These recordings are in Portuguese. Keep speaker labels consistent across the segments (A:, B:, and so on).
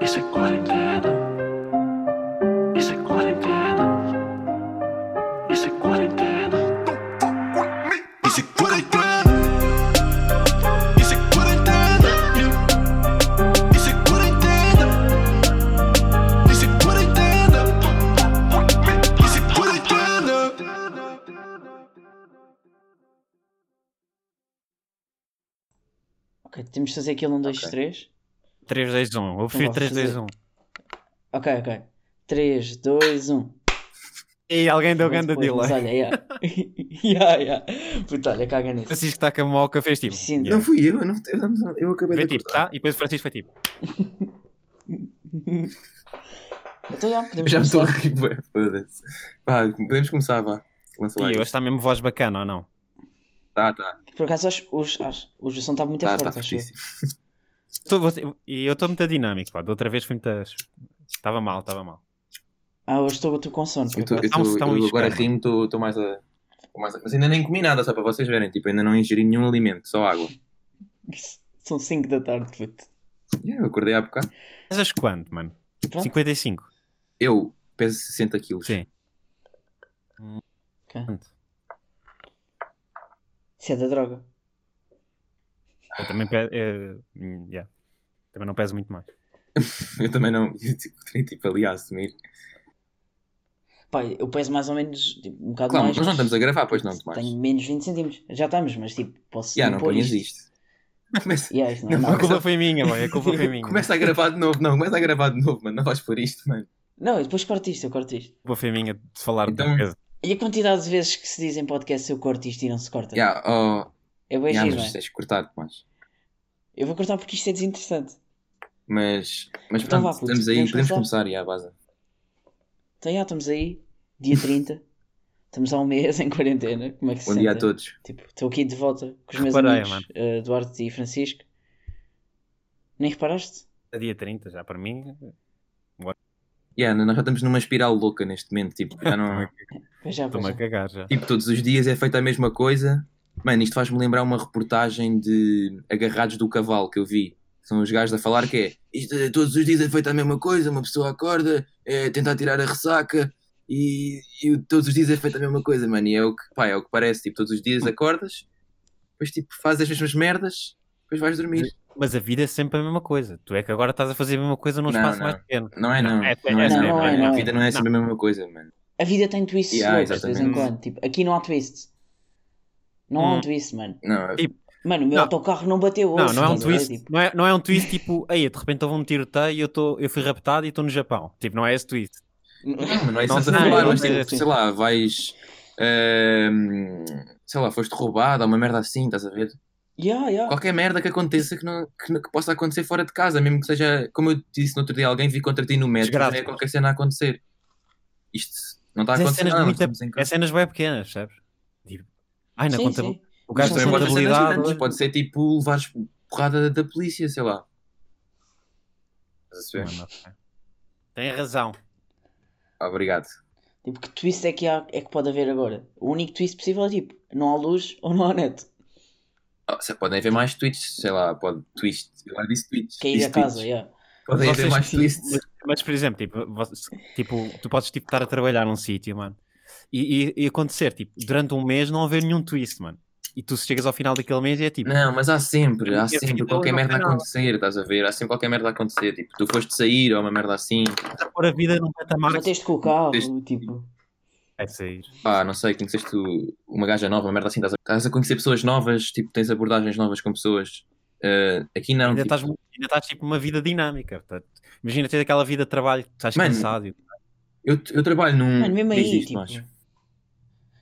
A: Isso é quarentena. Isso é quarentena. Isso é quarentena. Isso é quarentena. Isso é quarentena. Isso é quarentena. Isso é quarentena. Isso é quarentena.
B: Ok, temos de fazer um, aquilo 1, 2,
C: Ok.
B: 3.
D: 3, 2, 1. Eu prefiro
B: vou
D: 3, 2, 1.
B: Ok, ok. 3, 2, 1.
D: E alguém deu grande
B: Depois, mas
D: delay.
B: Olha, yeah. yeah, yeah. Puta, olha, caga nisso. um
D: Francisco está com a moca, fez tipo.
B: Sim.
D: yeah.
C: Não fui eu, eu, não, eu, não- eu acabei
D: Foi
C: de
D: tipo,
C: acordar.
D: tá? E depois o Francisco foi tipo.
B: Então, já,
C: Eu
B: podemos
C: Já me estou a
B: começar.
C: rir, bué, foda-se. Vá, podemos começar, vá. Lança lá.
D: E hoje
C: isso.
D: está mesmo voz bacana ou não?
C: Tá, tá.
B: Por acaso, acho, hoje, acho, hoje o som está muito
C: Tá,
B: forte,
C: tá
B: acho eu.
C: fortíssimo.
D: Tô- você- E eu estou muito dinâmico, pá. Da outra vez fui muito. Estava mal, estava mal.
B: Ah, hoje estou estou com sono. por
C: Eu, tô, eu,
B: acaso.
C: tô,
D: Estamos tão
C: eu agora
D: iscados.
C: rimo, estou mais a. tô mais a- Mas ainda nem comi nada, só para vocês verem. Tipo, ainda não ingeri nenhum alimento, só água.
B: São 5 da tarde, puto.
C: Yeah, eu acordei há bocado.
D: Pesas quanto, mano?
B: Pronto.
D: 55.
C: Eu peso 60 quilos.
D: Sim.
B: Ok.
D: Pronto.
B: Isso é da droga.
D: Eu também peso. yeah. Também não peso muito mais.
C: Eu também não. Eu tipo, tenho tipo ali a assumir.
B: Pá, eu peso mais ou menos tipo, um bocado
C: Claro,
B: mais.
C: nós não estamos a gravar, pois não,
B: mas
C: Tomás.
B: Tenho menos 20 centímetros. Já estamos, mas tipo, posso.
C: Já, não
B: impor
C: ponhas isto. Começa,
B: Yeah, isto não, é
C: Não,
B: não,
D: A culpa foi minha, boy. A culpa foi minha.
C: começa a gravar de novo, não, começa a gravar de novo, mano. Não vais por isto, mano.
B: Não, e depois corto isto, eu corto isto.
D: A culpa foi minha de falar de
C: Então-
D: peso.
B: E a quantidade de vezes que se diz em podcast eu corto isto e não se corta.
C: Já, oh,
B: É bem
C: já,
B: giro, não
C: mas
B: é?
C: tens cortado, Tomás.
B: Eu vou cortar porque isto é desinteressante.
C: Mas, mas
B: Então
C: pronto,
B: vá, puto,
C: estamos aí,
B: podemos
C: podemos,
B: começar?
C: começar, já, Baza.
B: Então já estamos aí, dia 30. estamos há um mês em quarentena. Como é que se
C: Bom dia a
B: sentem?
C: todos.
B: Tipo, estou aqui de volta com os meus
D: Reparei,
B: amigos,
D: mano.
B: eh, Duarte e Francisco. Nem reparaste?
D: A dia 30 já para mim.
C: Yeah, nós já estamos numa espiral louca neste momento, tipo, já não...
B: Pois já, pois é.
D: Estou-me a
B: já.
D: cagar já.
C: tipo, todos os dias é feita a mesma coisa. Mano, isto faz-me lembrar uma reportagem de Agarrados do Cavalo que eu vi. São os gajos a falar que é, isto eh, todos os dias é feita a mesma coisa, uma pessoa acorda, eh, tenta tirar a ressaca e, e todos os dias é feita a mesma coisa, mano. E é o que, pá, é o que parece, tipo, todos os dias acordas, depois tipo, fazes as mesmas merdas, depois vais dormir.
D: Mas a vida é sempre a mesma coisa. Tu é que agora estás a fazer a mesma coisa num
C: Não,
D: espaço
C: não.
D: mais pequeno.
C: Não é não.
D: Não, é-
C: não, é,
D: é-
C: não,
B: não,
C: mano.
B: é, não
C: A
B: é.
C: vida não é sempre a mesma coisa, mano.
B: A vida tem twists
C: Yeah,
B: loucos de vez em
C: exatamente.
B: quando. Tipo, aqui não há twist. Não há um
D: Hum.
B: twist, mano.
C: Não, é-
B: Mano, o meu
D: Não.
B: autocarro não bateu
D: Não,
B: hoje.
D: não é um
B: estás a ver?
D: twist.
B: Tipo,
D: Não, é, não é um twist tipo, aí de repente houve um tiroteio e eu, tô, eu fui raptado e estou no Japão. Tipo, não é esse twist.
C: Não, mas não é
D: Não
C: isso
D: sei,
C: falar,
D: não
C: mas
B: sei,
C: tipo,
B: sim.
C: sei lá, vais. ehm, sei lá, foste roubado, ou uma merda assim, estás a ver?
B: yeah, yeah.
C: Qualquer merda que aconteça que, não, que, não- que possa acontecer fora de casa, mesmo que seja, como eu disse no outro dia, alguém vir contra ti no metro,
D: Desgraça.
C: é qualquer cena a acontecer. Isto não está a
D: Mas é
C: acontecer
D: cenas,
C: nada, nós
D: muito,
C: Tá estamos em
D: é
C: casa.
D: cenas bem pequenas, sabes? Tipo, ai, na
B: Sim,
D: conta.
B: sim.
D: O
C: Mas
D: gajo
C: também
D: da
C: pode ser cenas
D: contabilidade.
C: grandes, pode ser tipo levares porrada da polícia, sei lá. Estás a perceber?
D: Mano, ok. é? Tem razão.
C: Obrigado.
B: Tipo, que twist é que, há, é que pode haver agora? O único twist possível é tipo, não há luz ou não há net.
C: Ah, se- podem haver mais tweets, sei lá, pode twist. Agora disse tweets.
B: Cair
C: disse
B: é a casa, É.
C: tweets.
B: yeah.
C: Podem haver
D: Vocês-
C: mais twists.
D: Mas, mas, por exemplo, tipo, vocês- tipo, tu podes tipo, estar a trabalhar num sítio, mano, e, e- e acontecer, tipo, durante um mês não haver nenhum twist, mano. E tu chegas ao final daquele mês e é tipo,
C: Não, mas há sempre, há
D: Eu fico
C: sempre
D: doido,
C: qualquer
D: não
C: merda a
D: tem nada.
C: acontecer, estás a ver? Há sempre qualquer merda a acontecer, tipo, tu foste sair ou uma merda assim,
D: está a pôr a vida num patamar que
B: Bateste com o carro,
C: Bateste-
B: tipo.
D: vai sair.
C: pá, não sei, conheceste tu uma gaja nova, uma merda assim, estás a, estás a conhecer pessoas novas, tipo, tens abordagens novas com pessoas. Ah, aqui não,
D: Ainda
C: tipo,
D: estás, mu- ainda estás tipo numa vida dinâmica. portanto. Imagina ter aquela vida de trabalho que estás
C: Mano,
D: cansado. e-
C: eu, eu trabalho num.
B: Mano, mesmo
C: diz
B: aí,
C: isto,
B: tipo.
C: mas-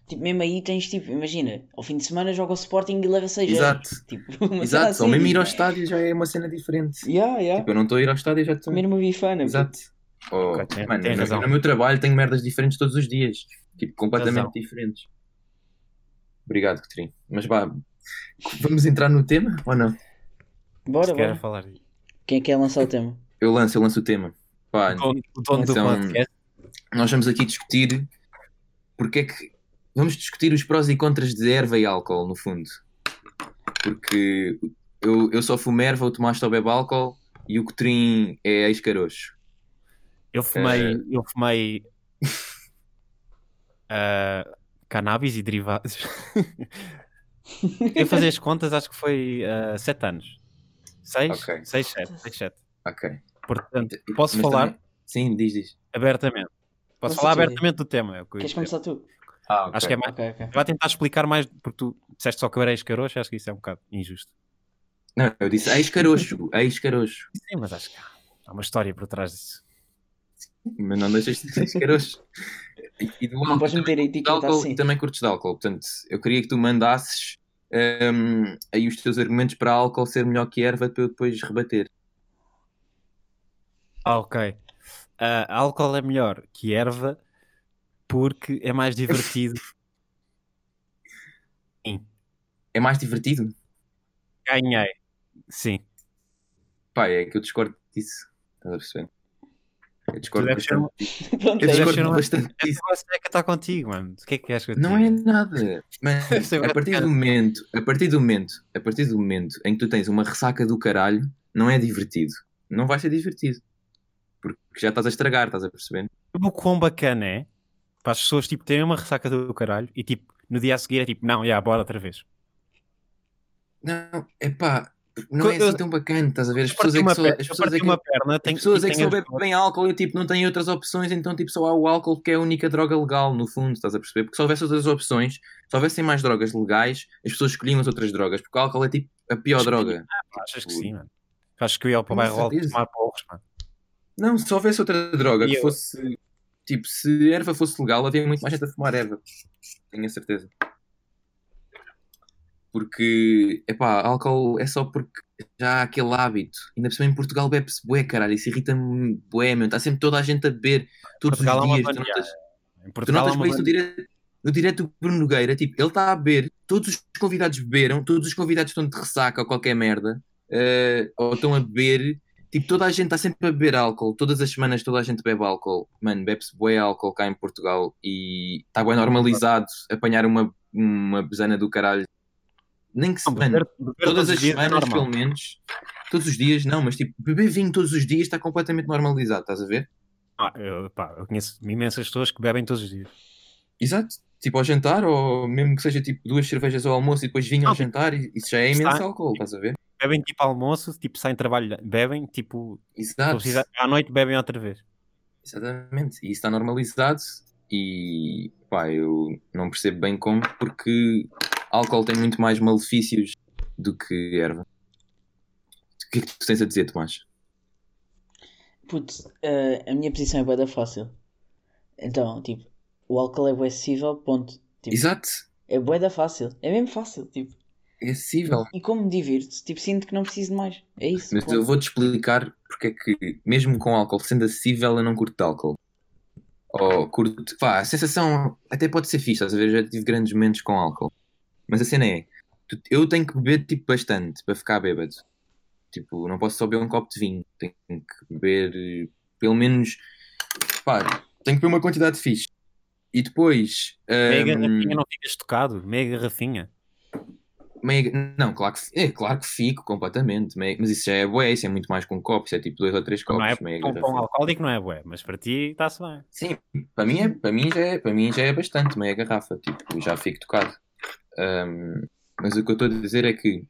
B: Tipo, mesmo aí tens tipo, imagina, ao fim de semana joga o Sporting e leva 6
C: Exato.
B: Tipo, uma cena
C: Exato,
B: assim,
C: só mesmo ir ao
B: tipo.
C: estádio já é uma cena diferente.
B: Yeah, yeah.
C: Tipo, eu não estou a ir ao estádio já estou.
B: Comer uma né, bifana.
C: Exato. Oh,
D: Ok, tem-
C: mano,
D: tem
C: no-
D: razão.
C: no meu trabalho tenho merdas diferentes todos os dias. Tipo, completamente
D: Razão.
C: diferentes. Obrigado, Catrinho. Mas vá, vamos entrar no tema ou não?
B: Bora,
D: se quer
B: bora.
D: falar disso.
B: Quem é que quer lançar o tema?
C: Eu lanço, eu lanço o tema. Pá,
D: O dono, o dono do
C: Então,
D: podcast.
C: nós vamos aqui discutir porque é que. Vamos discutir os prós e contras de erva e álcool, no fundo. Porque eu, eu só fumo erva, o Tomás só bebe álcool e o Cotrim é ex-caroxo.
D: Eu
C: é-
D: fumei. Eu fumei. ah, cannabis e derivados. eu fazia as contas, acho que foi 7 anos. 6?
C: Ok.
D: 6, 7. 6, 7.
C: Ok.
D: Portanto, posso
C: Mas
D: falar
C: também- Sim, diz, diz.
D: abertamente.
B: Posso
D: Posso falar
B: dizer?
D: abertamente do tema. é o que eu ia
B: Queres começar
D: dizer.
B: tu?
C: Ah, ok.
D: Acho que é mais.
B: Ok, ok.
D: Vai tentar explicar mais, porque tu disseste só que eu era ex-caroxo, acho que isso é um bocado injusto.
C: Não, eu disse ex-caroxo, ex-caroxo.
D: Sim, mas acho que há- há uma história por trás disso.
C: Mas não deixas de ser ex-caroxo. E- E do
B: Não
C: álcool,
B: podes meter a
C: de
B: etiqueta
C: álcool
B: assim.
C: e também curtes de álcool. Portanto, eu queria que tu mandasses hum, aí os teus argumentos para álcool ser melhor que erva para eu depois rebater.
D: Ah, ok. Ah, álcool é melhor que erva porque é mais divertido.
C: É mais divertido?
D: Ganhei. Sim.
C: Pá, é que eu discordo disso. Estás a perceber? Eu discordo
D: deves ser um-
C: bastante.
B: Pronto,
C: Eu
B: é.
D: deves ser
C: discordo
D: um-
C: bastante disso.
D: A é que está contigo, mano. O que é que achas que eu te
C: Não
D: diga?
C: é nada. Mas
D: Deve ser
C: a partir do momento, a partir do momento, a partir do momento em que tu tens uma ressaca do caralho, não é divertido. Não vai ser divertido. Porque já estás a estragar, estás a perceber?
D: Sabe o quão bacana é para as pessoas tipo, terem uma ressaca do caralho e tipo, no dia a seguir é tipo, não, já, bora outra vez.
C: Não, é pá, não é
D: Eu-
C: assim tão bacana, estás a ver? As
D: Eu
C: pessoas
D: parti
C: é que
D: uma
C: só,
D: perna-
C: as
D: eu
C: pessoas
D: parti
C: é que,
D: uma perna,
C: as
D: tenho-
C: pessoas
D: e
C: é que
D: tenho
C: só
D: as-
C: bebem bem álcool e tipo, não têm outras opções, então tipo, só há o álcool que é a única droga legal, no fundo, estás a perceber? Porque se houvesse outras opções, se houvessem mais drogas legais, as pessoas escolhiam as outras drogas, porque o álcool é tipo a pior
D: Escolhi-
C: droga.
D: Achas que sim, mano? Acho que eu ia para o
C: Com
D: bairro alto
C: certeza.
D: tomar porros, mano.
C: Não, se houvesse outra droga
D: E
C: que
D: eu?
C: fosse. Tipo, se erva fosse legal, havia muito mais gente a fumar erva. Tenho a certeza. Porque, epá, álcool é só porque já há aquele hábito. Ainda por cima em Portugal bebe-se bué, caralho. Isso irrita-me bué, meu. Está sempre toda a gente a beber. Todos
D: Portugal é
C: os
D: uma
C: dias. Tu
D: mania.
C: notas,
D: Em
C: tu
D: Portugal
C: notas
D: há
C: para
D: uma
C: isso no direto, no direto do Bruno Nogueira. Tipo, ele está a beber. Todos os convidados beberam. Todos os convidados estão de ressaca ou qualquer merda eh, ou estão a beber. Tipo, toda a gente está sempre a beber álcool. Todas as semanas toda a gente bebe álcool. Mano, bebe-se bué álcool cá em Portugal e está bem normalizado apanhar uma, uma besana do caralho. Nem que se...
D: Não,
C: mano,
D: beber- beber
C: todas
D: todos
C: as
D: os dias é
C: semanas,
D: normal.
C: pelo menos. Todos os dias, não, mas tipo, beber vinho todos os dias está completamente normalizado, estás a ver?
D: Ah, eu, pá, eu conheço imensas pessoas que bebem todos os dias.
C: Exato. Tipo, ao jantar, ou mesmo que seja tipo duas cervejas ao almoço e depois vinho ao
D: Não,
C: jantar, e- isso já é imenso
D: está-
C: álcool, estás a ver?
D: Bebem tipo almoço, tipo saem de trabalho, bebem, tipo,
C: Exato.
D: precisa- à noite bebem outra vez.
C: Exatamente, e isso está normalizado e pá, eu não percebo bem como, porque álcool tem muito mais malefícios do que erva. O que é que tu tens a dizer, Tomás?
B: Putz, eh, a minha posição é bué da fácil. Então, tipo, o álcool é bué acessível, ponto. Tipo,
C: Exato,
B: É bué da fácil. É mesmo fácil, tipo.
C: é acessível.
B: E como me divirto, tipo, sinto que não preciso de mais. É isso.
C: Mas
B: ponto.
C: eu vou-te explicar porque é que, mesmo com álcool sendo acessível, eu não curto de álcool. Ou curto, pá, a sensação até pode ser fixe, às vezes já tive grandes momentos com álcool. Mas a cena é, tu- eu tenho que beber tipo bastante para ficar bêbado. Tipo, não posso só beber um copo de vinho, tenho que beber eh, pelo menos, pá, tenho que beber uma quantidade fixe. E depois, eh,
D: Meia
C: ahm,
D: garrafinha não ficas tocado, meia garrafinha.
C: meia- não, claro que, é, claro que fico completamente, meia- mas isso já é bué, isso é muito mais com um copo, isso é tipo dois ou três copos.
D: não é
C: meia
D: pão,
C: garrafa.
D: pão alcoólico, não é bué, mas para ti está-se bem.
C: Sim, para mim, é, para, mim já é, para mim já é bastante, meia garrafa, tipo, já fico tocado. Ahm, mas o que eu estou a dizer é que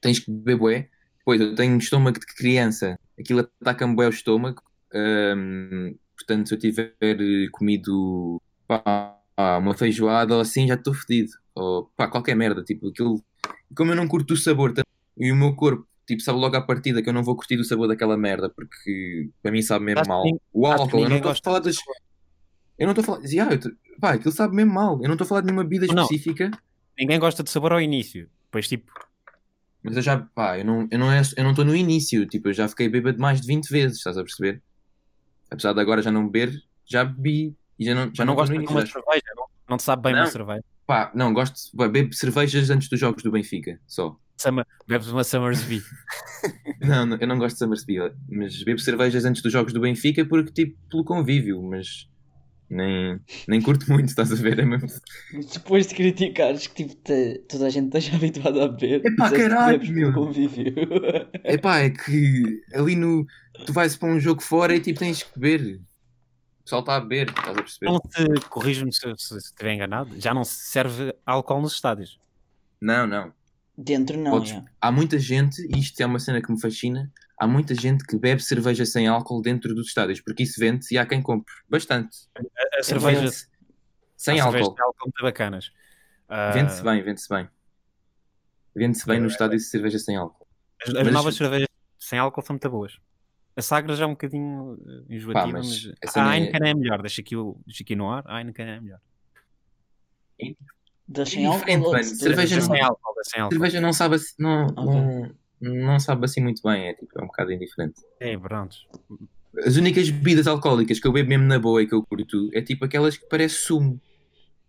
C: tens que beber bué, pois eu tenho estômago de criança, aquilo ataca-me bué o estômago, ahm, portanto se eu tiver eh, comido pá, uma feijoada ou assim já estou fedido, ou pá, qualquer merda, tipo, aquilo, como eu não curto o sabor tam- e o meu corpo, tipo, sabe logo à partida que eu não vou curtir o sabor daquela merda, porque para mim sabe mesmo
D: Acho que
C: mal.
D: nin-
C: O
D: acho que
C: álcool, eu não
D: ninguém
C: estou a
D: gosta
C: falar das... Eu não estou a falar. Yeah, eu tô... Pá, aquilo sabe mesmo mal. Eu não estou a falar de nenhuma bebida
D: Não.
C: específica,
D: Ninguém gosta de sabor ao início. Depois, tipo,
C: mas eu já. Pá, eu não eu não é- eu não estou no início. Tipo, eu já fiquei bêbado mais de 20 vezes, estás a perceber? Apesar de agora já não beber, já bebi e já não, já
D: não
C: não, gosto
D: gosta de uma cerveja, não, não te sabe bem uma
C: Não.
D: cerveja.
C: Pá, não, gosto. pá, bebo cervejas antes dos jogos do Benfica, só.
D: Summer, bebes uma Summersby.
C: Não, não, eu não gosto de Summersby, mas bebo cervejas antes dos jogos do Benfica porque, tipo, pelo convívio, mas. Nem, nem curto muito, estás a ver? É mesmo.
B: Depois de criticares que tipo, te- toda a gente está já habituada a ver.
C: Epá,
B: disseste que
C: caralho,
B: bebes
C: meu.
B: no Convívio.
C: Epá, é que ali no. Tu vais para um jogo fora e tipo tens que beber. O pessoal está a beber, estás a perceber?
D: Não te corrijo-me se, se se estiver enganado. Já não se serve álcool nos estádios.
C: Não, não.
B: Dentro não,
C: Podes-
B: já.
C: Há muita gente, e isto é uma cena que me fascina, há muita gente que bebe cerveja sem álcool dentro dos estádios, porque isso vende e há quem compre. Bastante.
D: A cerveja
C: É, Vende-se. Sem
D: há cervejas
C: álcool.
D: de álcool muito bacanas. Ah, É.
C: Vende-se bem, vende-se bem. Vende-se bem no estádio de cerveja sem álcool.
D: As, as
C: Mas-
D: novas cervejas sem álcool são muito boas. A Sagra já é um bocadinho eh, enjoativa,
C: Pá, mas
D: mas,
C: essa não
D: a
C: é-
D: Heineken é... melhor. Deixa aqui, o- deixa aqui no ar, a Heineken é melhor.
B: Dá sem
C: É
B: álcool
C: diferente,
B: ou
C: mano.
B: de-
C: Cerveja
D: É
C: não-
D: sem álcool, é sem
C: A
D: álcool.
C: cerveja não sabe, assim- não,
B: Ok.
C: não, não sabe assim muito bem, é, tipo, é um bocado indiferente.
D: É, pronto.
C: As únicas bebidas alcoólicas que eu bebo mesmo na boa e que eu curto é tipo aquelas que parece sumo.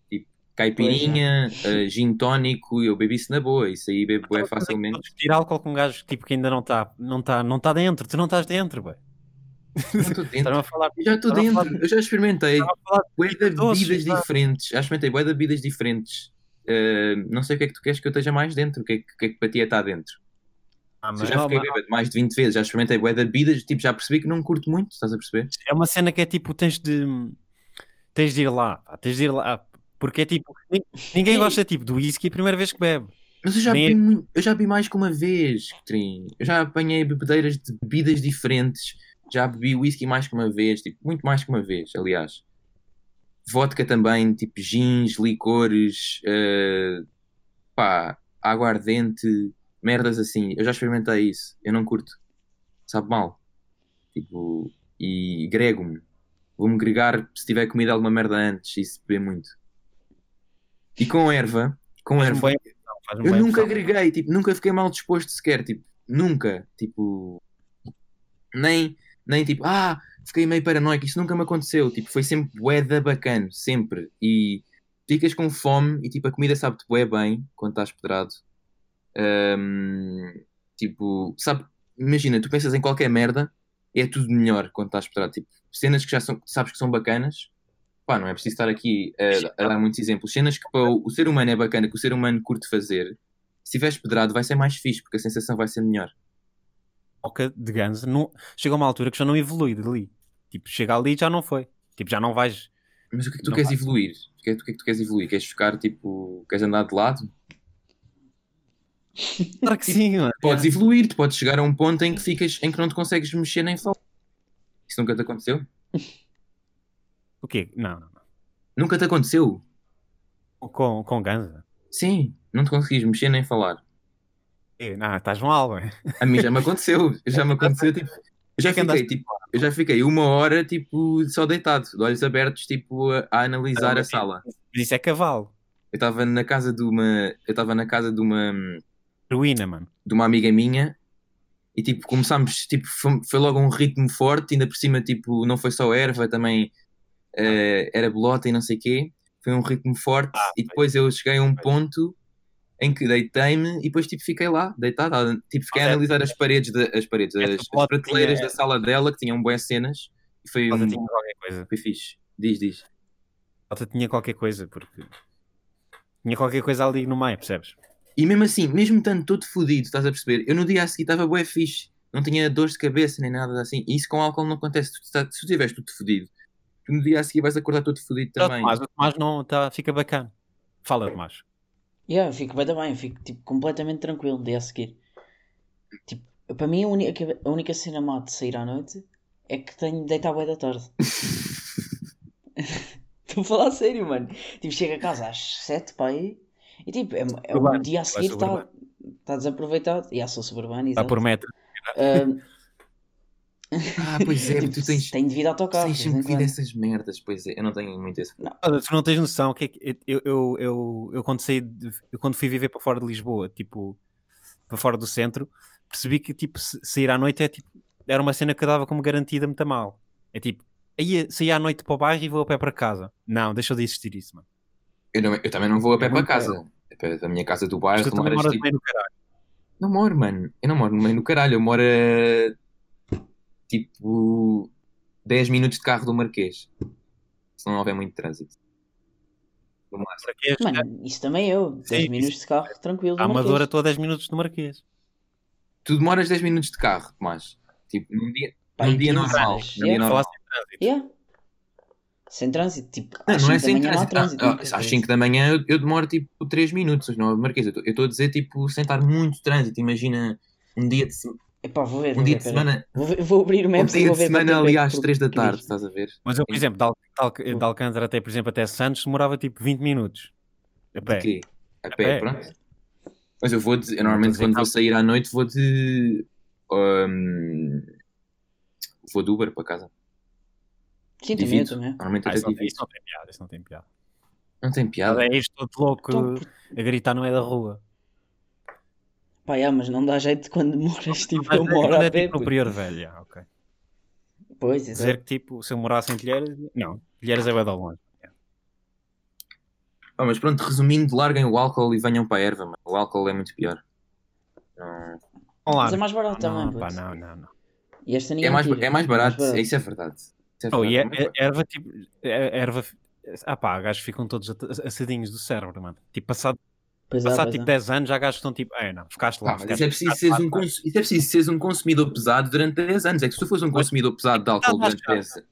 C: Tipo caipirinha, eh, gin tónico, eu bebo isso na boa. Isso aí bebo é
D: Estou é. a
C: facilmente.
D: discutir álcool com um gajo tipo, que ainda não está não tá, não tá dentro. Tu não estás dentro, boi.
C: Não estou dentro.
D: Estás a falar
C: Eu já estou
D: Estava a falar
C: dentro. Eu já experimentei
D: estava a falar
C: bué de
D: doces,
C: bebidas
D: pá.
C: diferentes. Já experimentei bué de bebidas diferentes. Eh, não sei o que é que tu queres que eu esteja mais dentro. O que é que, o que, é que para ti é estar dentro?
D: Ah,
C: Se
D: mas
C: eu já
D: não,
C: fiquei
D: mas-
C: bêbado mais de 20 vezes. Já experimentei bué de bebidas. Tipo, já percebi que não curto muito. Estás a perceber?
D: é uma cena que é tipo, tens de tens de ir lá, pá, tens de ir lá, porque é tipo, nin- ninguém gosta tipo do whisky a primeira vez que bebe.
C: Mas eu já,
D: Nem-
C: vi, mui- eu já vi mais que uma vez, Trim. Eu já apanhei bebedeiras de bebidas diferentes. Já bebi whisky mais que uma vez, tipo, muito mais que uma vez, aliás. Vodka também, tipo gins, licores, eh, pá, aguardente, merdas assim. Eu já experimentei isso. Eu não curto. Sabe mal. Tipo, e grego-me. Vou-me gregar se tiver comido alguma merda antes e se beber muito. E com erva, com
D: Faz-me
C: erva.
D: bem a impressão, faz-me
C: Eu
D: bem a
C: nunca
D: impressão.
C: agreguei, tipo, nunca fiquei mal disposto sequer, tipo, nunca, tipo, nem, nem tipo, ah, fiquei meio paranoico, isso nunca me aconteceu, tipo, foi sempre bué da bacano, sempre, e ficas com fome e, tipo, a comida sabe-te bué bem quando estás pedrado, Ahm, tipo, sabe, imagina, tu pensas em qualquer merda, é tudo melhor quando estás pedrado, tipo, cenas que já são, que sabes que são bacanas, pá, não é preciso estar aqui a, a dar muitos exemplos, cenas que para o, o ser humano é bacana, que o ser humano curte fazer, se tiveres pedrado vai ser mais fixe, porque a sensação vai ser melhor.
D: Boca de ganso, não... chega a uma altura que já não evolui dali. Tipo, chega ali e já não foi. Tipo, já não vais.
C: Mas o que é que tu
D: Não
C: queres
D: vai.
C: evoluir? O que, é, o que é que tu queres evoluir? Queres ficar tipo. Queres andar de lado?
D: Claro que sim, mano.
C: Podes evoluir, tu podes chegar a um ponto em que ficas em que não te consegues mexer nem falar. Isso nunca te aconteceu?
D: O quê? Não, não,
C: Nunca te aconteceu?
D: não. Com, com ganso.
C: Sim, não te conseguis mexer nem falar.
D: Eh, Não, estás mal, ué.
C: A mim já me aconteceu, já me aconteceu tipo. Eu já,
D: É que andaste-
C: fiquei, tipo, eu já fiquei uma hora tipo, só deitado, de olhos abertos, tipo, a, a analisar
D: Ah,
C: a
D: mas-
C: sala.
D: Mas isso é cavalo.
C: Eu estava na casa de uma. Eu estava na casa de uma.
D: Ruína, mano.
C: de uma amiga minha e tipo começámos, tipo, foi, foi logo um ritmo forte, ainda por cima tipo, não foi só erva, também eh, era bolota e não sei quê, foi um ritmo forte
D: Ah,
C: e depois eu cheguei a um ponto em que deitei-me e depois tipo fiquei lá, deitado, a- tipo fiquei a
D: Mas é-
C: analisar as paredes, da- as paredes,
D: Essa
C: as, as
D: bolota
C: prateleiras
D: tinha-
C: da sala dela que tinham boas cenas e foi,
D: Ela
C: um,
D: tinha qualquer coisa.
C: foi fixe, diz, diz.
D: Ela tinha qualquer coisa, porque. Tinha qualquer coisa ali no meio, percebes?
C: E mesmo assim, mesmo tanto todo fodido, estás a perceber? Eu no dia a seguir estava bué fixe, não tinha dor de cabeça nem nada assim. E isso com álcool não acontece. Tu tá- se tu estiveres tudo fodido, tu no dia a seguir vais acordar todo fodido
D: Não,
C: também.
D: Tomás, o Tomás não tá, fica bacana. Fala, Tomás.
B: Yeah, eu fico bem também, eu fico tipo, completamente tranquilo no dia a seguir. Tipo, para mim a única, a única cena má de sair à noite é que tenho de deitar bué da tarde. Estou a falar a sério, mano. Tipo, chego a casa às 7 para aí e tipo, é, é um
D: Urbano,
B: dia a seguir está
D: suburbano.
B: tá desaproveitado. Yeah, sou suburbano,
D: Está
C: Tá
B: exato.
D: Tá por metro.
B: Ahm,
C: Ah, pois é,
B: tipo,
C: tu tens,
B: tenho de vir autocarro.
C: tens
B: de vez em
C: sempre
B: quando.
C: vida essas merdas. Pois é, eu não tenho muito esse.
D: Olha, tu não tens noção o que é que eu, eu, eu, eu quando saí de- eu quando fui viver para fora de Lisboa, tipo, para fora do centro, percebi que tipo, se- sair à noite é tipo, era uma cena que eu dava como garantida muito mal. É tipo, aí saí à noite para o bairro e vou a pé para casa. Não, deixa de existir isso, mano.
C: Eu, não- eu também não vou a pé
D: Eu
C: para
D: não
C: casa. A pé da minha casa do
D: Mas
C: bairro,
D: tu
C: não
D: também
C: moras
D: moras
C: tipo.
D: bem no caralho.
C: Não moro, mano. Eu não moro no meio do caralho. Eu moro a. tipo. 10 minutos de carro do Marquês. se não houver muito trânsito. No
D: Para
C: máximo.
D: quê?
B: Mano, isso também eu. 10
D: Sim,
B: minutos de carro, tranquilo.
D: A
B: do Marquês.
D: Amadora estou a 10 minutos do Marquês.
C: Tu demoras 10 minutos de carro, Tomás. Tipo, num dia,
B: Pá,
C: num
B: em
C: dia
B: 15
C: normal.
B: horas, yeah.
C: Num dia
D: Falar
C: normal.
D: sem trânsito.
B: Yeah. Sem trânsito, tipo,
C: Não,
B: às
C: não
B: 5
C: é
B: da
C: sem
B: manhã não há
C: trânsito.
B: trânsito.
C: Ah, ah,
B: nunca
C: às
B: trânsito.
C: 5 da manhã eu, eu demoro tipo 3 minutos. Não, Marquês, eu estou a dizer tipo sem estar muito trânsito. Imagina um dia de, se-
B: Epá, vou ver.
C: um
B: vou
C: dia
B: ver,
C: de
B: peraí.
C: semana.
B: Vou, ver- vou abrir o
C: Um
B: Maps e
C: dia
B: vou
C: de
B: ver
C: semana
B: quanto
C: ali
B: tempo é
C: às
B: que-
C: 3 da
B: que
C: tarde,
B: isto.
C: estás a ver?
D: Mas eu, por
C: Sim.
D: exemplo, de, Al- de Al- de Alcântara até, por exemplo, até Santos demorava tipo 20 minutos. A pé.
C: Aqui. A
D: pé.
C: pé, pronto. Mas eu vou de, eu
D: Não,
C: normalmente
D: estou a tá. dizer
C: quando
D: que há-
C: vou sair à noite vou de. hum, vou de Uber para casa.
B: Sim, também, eu né?
C: Divido.
B: também.
C: Normalmente
D: Ah,
C: até
D: isso, não tem,
C: divido.
D: isso não tem piada, isso não tem piada.
C: Não tem piada.
D: É isto todo louco
B: Então,
D: a gritar no meio da rua.
B: Pá, yeah, mas não dá jeito quando demoras tipo
D: Mas é
B: uma
D: quando
B: hora
D: é
B: a pé.
D: tipo no
B: puto.
D: Prior Velho, já, ok.
B: Pois, exato.
D: Dizer que tipo, se eu morasse em Telheiras... Não, Telheiras é bué de longe.
C: Ah, mas pronto, resumindo, larguem o álcool e venham para a erva, mano. O álcool é muito pior. Não-
D: Vão lá.
B: Mas é mais barato também,
D: não, pá,
B: puto.
D: não, não, não.
B: E esta
C: É,
B: ninguém
C: mais,
B: tira.
C: é mais barato,
B: eh,
C: é- isso é verdade. Isso é
D: Oh,
C: verdade,
D: e
C: é
D: a,
C: mais barato.
D: a erva, tipo... A a erva... Ah pá, gajos ficam todos at- assadinhos do cérebro, mano. Tipo, passado,
B: Pois é,
D: passado
B: pois
D: tipo
B: é.
D: 10 anos, já gajos estão tipo... É, não, ficaste lá.
C: Pá, mas
D: ficaste
C: isso é, preciso
D: lá,
C: seres
D: lá,
C: um
D: lá."
C: cons- isso é preciso seres um consumidor pesado durante 10 anos. É que se tu fores um consumidor pesado de álcool
D: Mas-
C: durante 10 anos,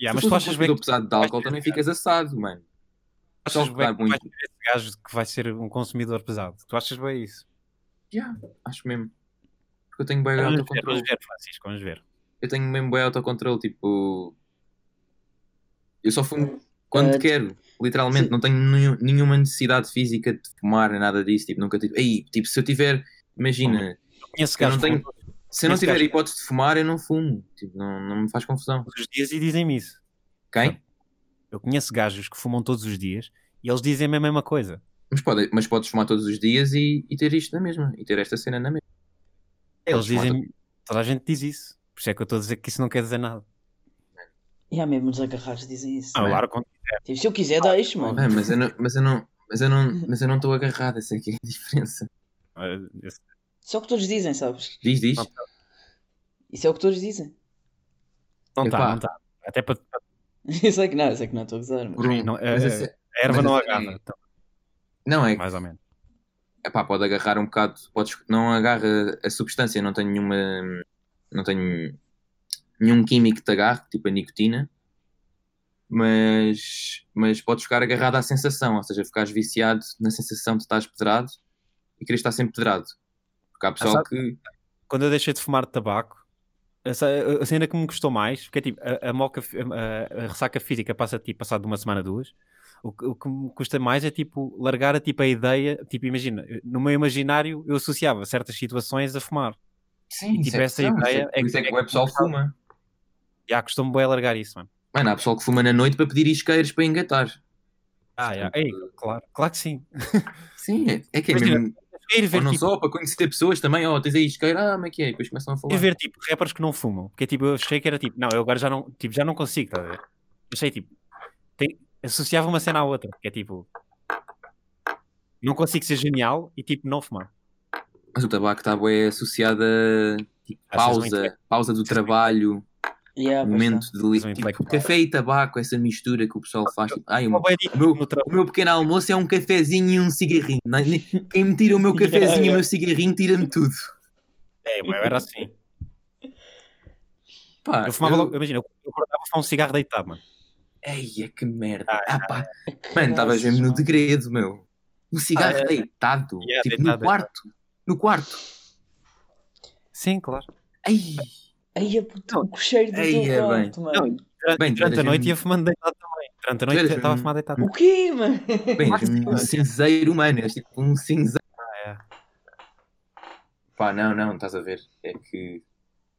D: Yeah, mas
C: se tu
D: tu
C: fores um
D: achas bem
C: consumidor
D: que
C: pesado de álcool, também ficas assado, mano.
D: tu
C: só
D: achas
C: que
D: bem
C: dá
D: que vai
C: muito.
D: ser esse gajo que vai ser um consumidor pesado? Tu achas bem isso?
C: Yeah, acho mesmo. Porque eu tenho bem
D: Vamos ver,
C: autocontrole.
D: vamos ver, Francisco, vamos ver.
C: Eu tenho mesmo bem autocontrole, tipo. Eu só fumo quando
B: Ah,
C: quero, literalmente,
B: sim.
C: não tenho nenhum- nenhuma necessidade física de fumar, nem nada disso, tipo, nunca tive. Aí, tipo, se eu tiver, imagina,
D: Conheço
C: eu não
D: gajos que
C: tenho-
D: fumam
C: se eu não
D: Esse
C: tiver
D: gajo-
C: hipótese de fumar, eu não fumo, tipo, não, não me faz confusão.
D: todos os dias e dizem-me isso.
C: Quem?
D: Eu conheço gajos que fumam todos os dias e eles dizem-me a mesma coisa.
C: Mas, pode, mas podes fumar todos os dias e, e ter isto na mesma, e ter esta cena na mesma.
D: Eles
C: Podes fumar
D: dizem Toda a gente diz isso. Por isso é que eu estou a dizer que isso não quer dizer nada.
B: E há mesmo os agarrados dizem isso.
D: Ah,
B: mano.
D: claro, quando-
B: Tipo, se eu quiser, dá isto,
C: todo-
B: mano.
C: Ah, mas eu não, mas eu não, mas eu não, mas eu não estou agarrado, essa aqui é a diferença.
D: ah, esse-
B: Isso é o que todos dizem, sabes?
C: Diz, diz.
B: Isso é o que todos dizem.
D: não está,
C: Epá.
D: não está. Até para
B: Eu sei que não, eu sei que não estou a gozar, mas...
C: Por um.
D: não, é-
C: mas essa-
D: a erva
C: Mas
D: não
C: assim,
D: agarra. Então,
C: não é,
D: mais ou menos.
C: Epá, pode agarrar um bocado, podes, não agarra a substância, não tem nenhuma, não tem nenhum químico que te agarre, tipo a nicotina, mas, mas podes ficar agarrado à sensação, ou seja, ficares viciado na sensação de estás pedrado e queres estar sempre pedrado. Porque há pessoal
D: sabe-
C: que.
D: Quando eu deixei de fumar tabaco, a ce- a cena que me custou mais, porque é tipo, a, a moca, fi- a, a ressaca física passa tipo, passado de uma semana, duas. O que, o que me custa mais é tipo largar a, tipo, a ideia. Tipo, imagina, no meu imaginário eu associava certas situações a fumar.
C: Sim,
D: tipo,
C: isso é-
D: essa
C: não,
D: ideia
C: isso é-
D: é
C: por isso é
D: que-
C: que o pessoal fuma.
D: Já costumo bem largar isso, mano.
C: Mano, há pessoal que fuma na noite para pedir isqueiros para engatar.
D: Ah, já. Ei, claro, claro que sim.
C: Sim, é, é que é
D: Imagina,
C: mesmo.
D: É ir
C: Ou
D: ver,
C: não
D: tipo,
C: só, para conhecer pessoas também, ó, tens aí isqueiro, ah, como é que é? E depois começam a
D: ir
C: falar.
D: ver tipo, rappers que não fumam. Porque tipo, eu achei que era tipo, não, eu agora já não, tipo, já não consigo, estás a ver? Achei tipo, tem- associava uma cena à outra, que é tipo, não consigo ser genial e tipo, não fumar.
C: Mas o tabaco está bué associado a tipo,
D: Ah, vocês são
C: pausa,
D: intele-
C: pausa do
D: vocês são
C: trabalho,
B: Yeah,
D: um
B: pois
C: momento de li-
D: Vocês são
C: tipo,
D: intelectuais.
C: café e tabaco, essa mistura que o pessoal faz. Tipo, ai, o,
D: Uma
C: o
D: boa dica
C: meu-
D: no trabalho.
C: meu pequeno almoço é um cafezinho e um cigarrinho. Não- nem- Quem me tira o meu cafezinho e o meu cigarrinho, tira-me tudo.
D: É, eu era assim.
C: Pá,
D: Eu fumava
C: eu-
D: logo, imagina, eu eu acordava a fumar um cigarro deitado, mano.
C: Eia, que merda.
D: Ah,
C: Ah, pá.
B: é. Que
C: Mano, estavas mesmo no
B: graça,
C: degredo, meu. Um cigarro
D: Ah, é.
C: deitado.
D: Yeah,
C: tipo,
D: deitado, é.
C: no quarto. No quarto.
D: Sim, claro.
C: Ai.
B: mano. Ai, é puto,
D: Não.
B: o cheiro do
C: Ai,
B: teu
C: é bem.
B: quarto, mano.
D: Durante,
C: Bem, tu
D: durante a
C: eras
D: noite
C: mesmo-
D: ia fumando deitado também. Durante a
C: Tu eras
D: noite estava a
C: mesmo-
D: fumar deitado.
B: O quê, mano?
C: Bem, um cinzeiro humano, és tipo um cinzeiro.
D: é.
C: Pá, não, não, estás a ver. É que.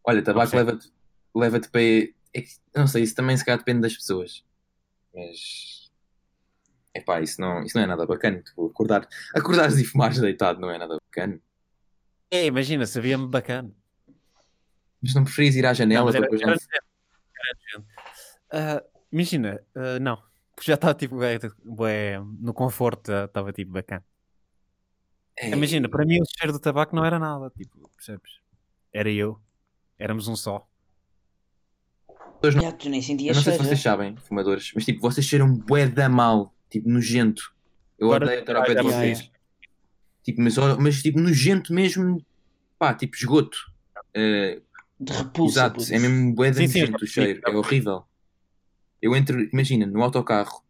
C: Olha, tabaco
D: sei.
C: leva-te leva para. É que, não sei, isso também se calhar depende das pessoas. Mas. É pá, isso não, isso não é nada bacana. Tu acordar, acordares e fumares deitado não é nada bacana.
D: É, imagina, sabia-me bacana.
C: Mas não preferes ir à
D: Não,
C: janela
D: mas
C: para
D: era-
C: depois
D: era
C: não.
D: gente. Ah, imagina, ah, não. Porque já estava tipo, bué- bué, no conforto, estava tipo bacana.
C: É,
D: Imagina, para mim o cheiro do tabaco não era nada, tipo, percebes? Era eu, éramos um só.
C: pessoas não.
B: Já, tu nem
C: Eu
B: sentias
C: não sei se
B: cheiro.
C: vocês sabem, fumadores, mas tipo, vocês cheiram bué da mal, tipo, nojento. Eu
D: Agora-
C: odeio estar ao pé de
D: Ah, já
C: vocês.
B: percebi.
C: Tipo, mas, mas tipo, nojento mesmo, pá, tipo esgoto. Eh,
B: De repulsa.
C: Exato,
B: puto.
C: é mesmo bué
D: Sim, sim, eu já
C: nojento o
D: percebi,
C: cheiro,
D: já
C: é horrível. Eu entro, imagina, no autocarro,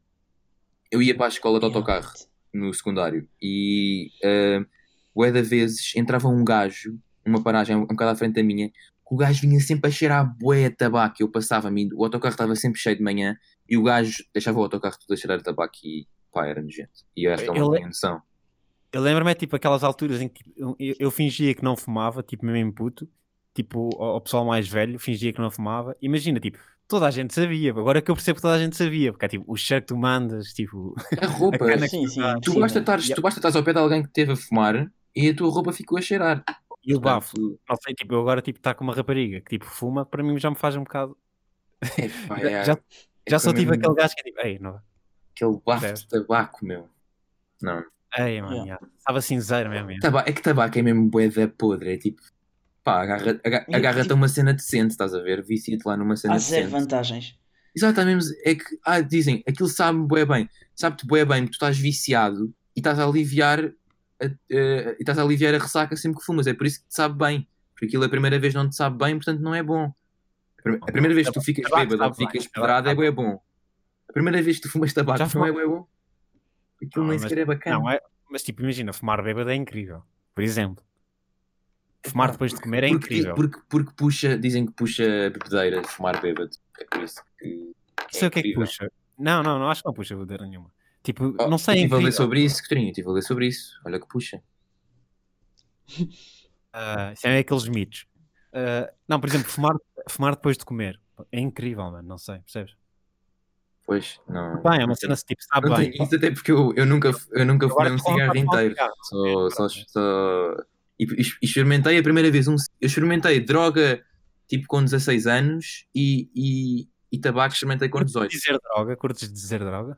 C: eu ia para a escola de
B: Yeah.
C: autocarro, no secundário, e ah, bué da vezes entrava um gajo, numa paragem um bocado à frente da minha, que o gajo vinha sempre a cheirar bué a tabaco, eu passava-me, o autocarro estava sempre cheio de manhã, e o gajo deixava o autocarro todo a cheirar a tabaco e pá, era nojento. E eu acho que ele não
D: Ele- é
C: tinha noção.
D: Eu lembro-me, é, tipo, aquelas alturas em que eu, eu fingia que não fumava, tipo, mesmo em puto, tipo, ao, ao pessoal mais velho, fingia que não fumava. Imagina, tipo, toda a gente sabia. Agora que eu percebo que toda a gente sabia, porque é tipo, o cheiro que tu mandas, tipo,
C: A roupa,
D: cana
B: Sim, sim.
D: Ah,
C: tu
B: sim,
C: basta
B: mano.
C: estares- tu basta estares ao pé de alguém que esteve a fumar e a tua roupa ficou a cheirar.
D: e o bafo.
C: Portanto,
D: Não sei, tipo, eu agora, tipo, estar com uma rapariga que, tipo, fuma, para mim já me faz um bocado.
C: É, pá,
D: Já-
C: é,
D: já- Já
C: é
D: só tive
C: mesmo
D: aquele É. gajo que é tipo, ei, não.
C: aquele bafo
D: Deve.
C: de tabaco, meu. Não.
D: Ei, mano,
B: Yeah.
D: já. estava cinzeiro mesmo. já.
C: Taba- é que tabaco é mesmo bué da podre. É tipo, pá, agarra- aga-
B: E-
C: agarra-te a uma cena decente, estás a ver? Vicia-te lá numa cena
B: Há zero
C: decente.
B: vantagens.
C: Exatamente, é que, ah, dizem, aquilo sabe bué bem. Sabe-te bué bem, porque tu estás viciado e estás a aliviar a, eh, e estás a aliviar a ressaca sempre que fumas. É por isso que te sabe bem. Porque aquilo a primeira vez não te sabe bem, portanto não é bom. A prim- A primeira vez que tu ficas
D: Tabaco
C: bêbado ou
D: sabe
C: que ficas
D: bem,
C: pedrado é
D: tabaco
C: bué bom. A primeira vez que tu fumas tabaco
D: Já
C: não é
D: fumaste?
C: bué bom. Aquilo
D: Não,
C: nem
D: mas-
C: sequer é bacana.
D: Não, é, mas, tipo, imagina, fumar bêbado é incrível. Por exemplo, fumar depois de comer é
C: porque,
D: incrível.
C: Porque, porque puxa, dizem que puxa a bebedeira de fumar bêbado. É por isso que.
D: Não sei o que é que
C: incrível.
D: puxa. Não, não, não acho que não puxa bandeira nenhuma. Tipo,
C: Oh,
D: não sei. é
C: eu estive a ler
D: incrível.
C: sobre isso, Coutinho, eu estive a ler sobre isso. Olha que puxa.
D: Ah, isso é aqueles mitos. Ah, não, por exemplo, fumar, fumar depois de comer. É incrível, mano. Não sei, percebes?
C: Pois, não.
D: Bem, é uma cena tipo, sabe
C: Não
D: bem.
C: tenho isso até porque eu, eu nunca, eu nunca
D: Agora
C: fumei um
D: tu colocas
C: cigarro
D: só um
C: inteiro.
D: cigarro.
C: Só, só, só... E, e experimentei a primeira vez. Um, eu experimentei droga tipo com 16 anos e, e, e tabaco experimentei com
D: Curtes
C: 18.
D: dizer droga? Curtes dizer droga?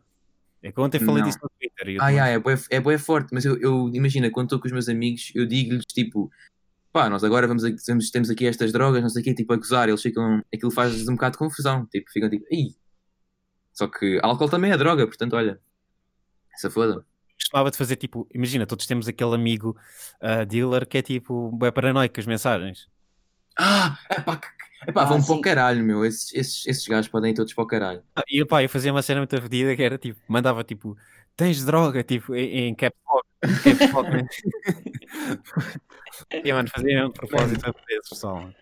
D: É que eu ontem falei
C: Não.
D: disso no Twitter. e eu
C: Ai,
D: também-
C: ai, é bué, é bué forte, mas eu, eu imagina, quando estou com os meus amigos, eu digo-lhes tipo, pá, nós agora vamos, aqui- temos- temos aqui estas drogas, não sei o quê, tipo a gozar, eles ficam, aquilo faz-lhes um bocado de confusão, tipo, ficam tipo, ai. Só que álcool também é droga, portanto, olha, essa foda.
D: costumava de fazer tipo, imagina, todos temos aquele amigo ah, dealer que é tipo, é paranoico com as mensagens.
C: Ah, epá, que- epá
B: Ah,
C: vão
B: sim.
C: para o caralho, meu, esses, esses, esses gajos podem ir todos para o caralho.
D: Ah, E pá, eu fazia uma cena muito fedida que era tipo, mandava tipo, tens droga, tipo, em, em caps lock. em caps lock, né? e mano, fazia um propósito a fazer esse pessoal. mano.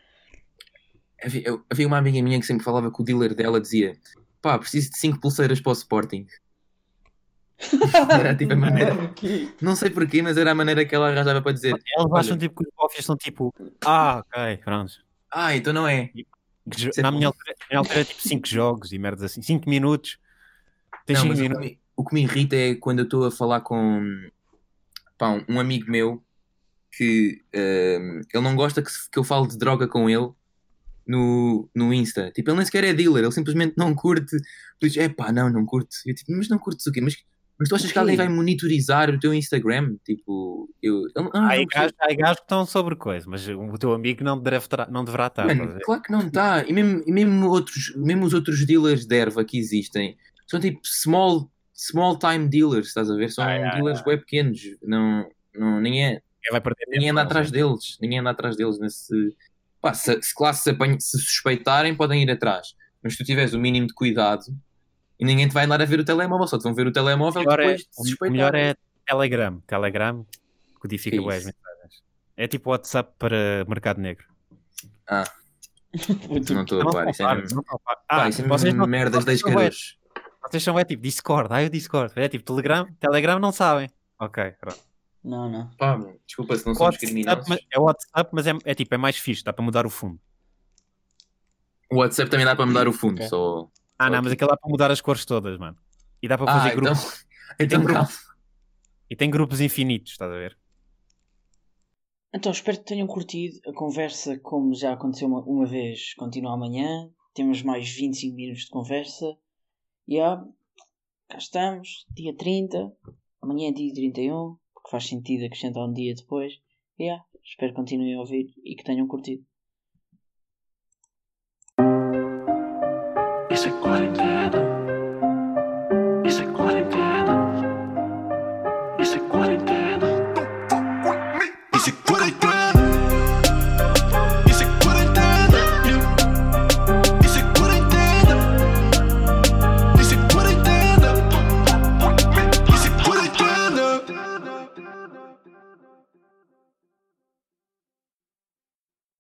C: Havia, eu- havia uma amiga minha que sempre falava que o dealer dela dizia, pá, preciso de 5 pulseiras para o Sporting. Era tipo a maneira.
B: Porquê?
C: Não sei porquê, mas era a maneira que ela arranjava para dizer.
D: Eles acham tipo que os cofres são tipo, ah, ok, pronto.
C: Ah, então não é.
D: Que jo-
C: Sim.
D: Na minha altura, na minha altura era tipo 5 jogos e merdas assim, 5 minutos. Tens 5
C: Não, mas o, que
D: minutos.
C: me, o que me irrita é quando eu estou a falar com pá, um- um amigo meu que ehm, ele não gosta que, se- que eu fale de droga com ele no, no Insta. Tipo, ele nem sequer é dealer, ele simplesmente não curte. Tu dizes, é pá, não, não curto. Eu tipo, mas não curtes o quê? Mas, mas tu achas
B: O
C: que alguém
B: quê?
C: vai monitorizar o teu Instagram? Tipo, eu. eu- ah,
D: Há
C: não
D: gajos há gajos que estão sobre coisa, mas o teu amigo não, deve, tra- não deverá estar. estás tá a
C: Mano,
D: ver?
C: claro que não está. E mesmo, e mesmo, outros, mesmo os outros dealers de erva que existem são tipo small, small time dealers, estás a ver? São
D: Ah, é,
C: dealers bem pequenos. Não, não, ninguém, é,
D: Quem vai perder
C: ninguém
D: tempo,
C: anda
D: não,
C: atrás
D: né?
C: deles. Ninguém anda atrás deles nesse. Pá, se, se classe se, apanha- se suspeitarem, podem ir atrás. Mas se tu tiveres o mínimo de cuidado e ninguém te vai andar a ver o telemóvel, só te vão ver o
D: O
C: telemóvel
D: melhor, é,
C: depois de
D: o
C: suspeitar.
D: melhor é Telegram. Telegram codifica
C: Que
D: bué as
C: isso?
D: mensagens. É tipo WhatsApp para mercado negro.
C: Tu Não estou a
D: Não
C: par,
D: são
C: isso é
D: pares,
C: mesmo.
D: não são pares.
C: Pá,
D: Ah,
C: isso é
D: vocês
C: mesmo
D: não-
C: merdas
D: vocês
C: das
D: são bué-
C: caras.
D: Vocês são é tipo Discord, ah, é o Discord. É tipo Telegram, Telegram não sabem. Ok, pronto.
B: Não, não.
C: Pá, desculpa se não somos criminosos.
D: mas- é WhatsApp, mas é, é tipo, é mais fixe, dá para mudar o fundo.
C: O WhatsApp também dá para mudar o fundo,
D: Ok.
C: só.
D: Ah, não,
C: Ok.
D: mas aquele dá para mudar as cores todas, mano. E dá para fazer um
C: ah,
D: grupos.
C: então. Então,
D: Tem
C: calma.
D: E tem grupos infinitos, estás a ver?
B: Então, espero que tenham curtido a conversa como já aconteceu uma, uma vez. Continua amanhã. Temos mais 25 minutos de conversa. E yeah, cá estamos. Dia 30. Amanhã é dia 31. Porque faz sentido acrescentar um dia depois. E yeah, espero que continuem a ouvir e que tenham curtido.
E: isso é quarentena.
A: é